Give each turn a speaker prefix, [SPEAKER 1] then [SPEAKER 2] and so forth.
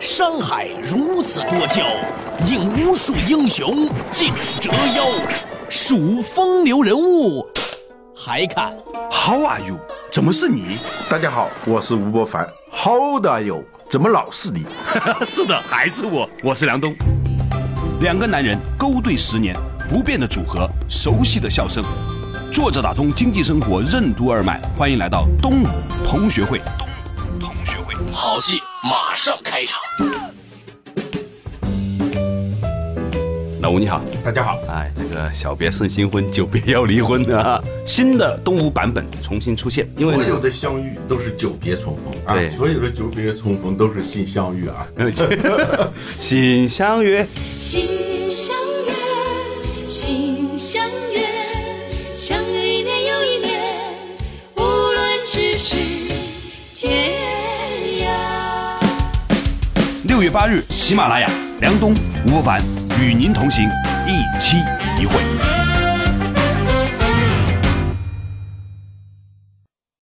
[SPEAKER 1] 山海如此多娇，引无数英雄竞折腰。数风流人物，还看
[SPEAKER 2] How are you？怎么是你？
[SPEAKER 3] 大家好，我是吴伯凡。How d are you？怎么老是你？
[SPEAKER 2] 是的，还是我，我是梁冬。两个男人勾兑十年，不变的组合，熟悉的笑声。作者打通经济生活任督二脉，欢迎来到东吴同学会。东吴同学会，
[SPEAKER 1] 好戏马上开场。
[SPEAKER 2] 老吴你好。
[SPEAKER 3] 大家好，
[SPEAKER 2] 哎，这个小别胜新婚，久别要离婚啊！新的东吴版本重新出现，因为
[SPEAKER 3] 所
[SPEAKER 2] 呢
[SPEAKER 3] 有的相遇都是久别重逢啊
[SPEAKER 2] 对，
[SPEAKER 3] 所有的久别重逢都是新相遇啊。
[SPEAKER 2] 心相约，
[SPEAKER 4] 心相约，心相约，相约一年又一年，无论咫尺天涯。
[SPEAKER 2] 六月八日，喜马拉雅，梁冬、吴伯凡与您同行，一期一会。